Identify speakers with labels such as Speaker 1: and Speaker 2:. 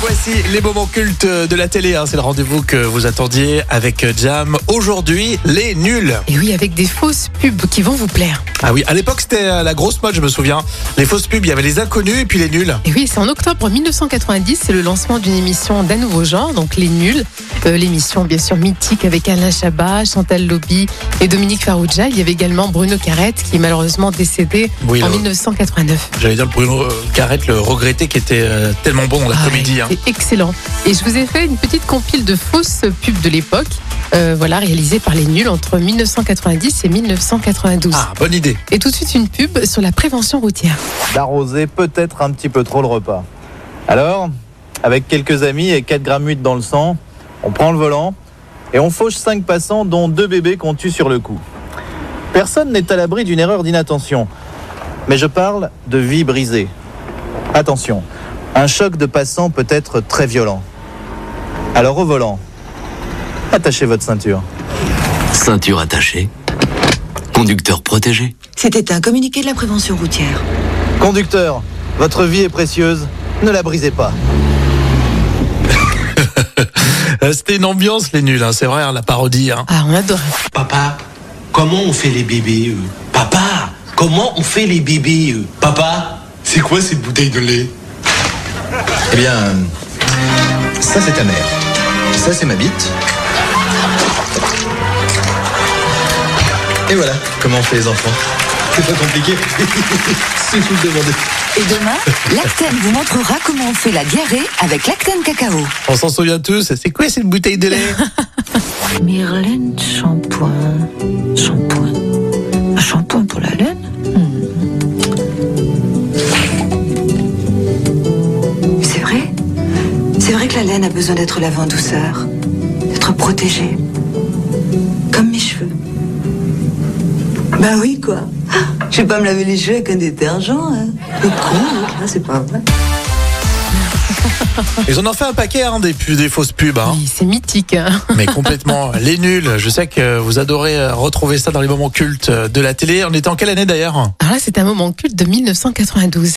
Speaker 1: Voici les moments cultes de la télé. hein. C'est le rendez-vous que vous attendiez avec Jam. Aujourd'hui, les nuls.
Speaker 2: Et oui, avec des fausses pubs qui vont vous plaire.
Speaker 1: Ah oui, à l'époque, c'était euh, la grosse mode, je me souviens. Les fausses pubs, il y avait les inconnus et puis les nuls.
Speaker 2: Et oui, c'est en octobre 1990, c'est le lancement d'une émission d'un nouveau genre, donc Les Nuls. Euh, L'émission, bien sûr, mythique avec Alain Chabat, Chantal Lobby et Dominique Farrugia. Il y avait également Bruno Carrette, qui est malheureusement décédé
Speaker 1: Oui, euh,
Speaker 2: en
Speaker 1: le-
Speaker 2: 1989.
Speaker 1: J'allais dire le Bruno euh, Carrette, le regretté, qui était euh, tellement bon dans la
Speaker 2: Ah,
Speaker 1: comédie. hein.
Speaker 2: C'est excellent. Et je vous ai fait une petite compile de fausses pubs de l'époque, euh, voilà, réalisée par Les Nuls entre 1990 et 1992.
Speaker 1: Ah, bonne idée.
Speaker 2: Et tout de suite, une pub sur la prévention routière.
Speaker 3: d'arroser peut-être un petit peu trop le repas. Alors, avec quelques amis et 4,8 grammes dans le sang, on prend le volant et on fauche 5 passants dont 2 bébés qu'on tue sur le coup. Personne n'est à l'abri d'une erreur d'inattention, mais je parle de vie brisée. Attention, un choc de passants peut être très violent. Alors au volant, attachez votre ceinture.
Speaker 4: Ceinture attachée. Conducteur protégé.
Speaker 5: C'était un communiqué de la prévention routière.
Speaker 3: Conducteur, votre vie est précieuse, ne la brisez pas.
Speaker 1: Euh, C'était une ambiance, les nuls, hein, c'est vrai, hein, la parodie. hein.
Speaker 2: Ah, on adore.
Speaker 6: Papa, comment on fait les bébés euh Papa, comment on fait les bébés euh Papa, c'est quoi cette bouteille de lait
Speaker 7: Eh bien, ça c'est ta mère. Ça c'est ma bite. Et voilà comment on fait les enfants. C'est pas compliqué. si vous le demandez.
Speaker 5: Et demain, Lactane vous montrera comment on fait la diarrhée avec Lactane Cacao.
Speaker 1: On s'en souvient tous. C'est quoi cette bouteille de lait
Speaker 5: Myrlène, shampoing. Shampoing. Un shampoing pour la laine Hmm. C'est vrai C'est vrai que la laine a besoin d'être lavée en douceur, d'être protégée. Comme mes cheveux. Bah oui, quoi. Ah, Je vais pas me laver les cheveux avec un détergent. Hein. Le con, hein, c'est pas vrai.
Speaker 1: Ils en ont fait un paquet hein, des, pu- des fausses pubs. hein.
Speaker 2: Oui, c'est mythique. hein.
Speaker 1: Mais complètement, euh, les nuls. Je sais que vous adorez euh, retrouver ça dans les moments cultes euh, de la télé. On était en quelle année d'ailleurs
Speaker 2: Alors là, c'est un moment culte de 1992.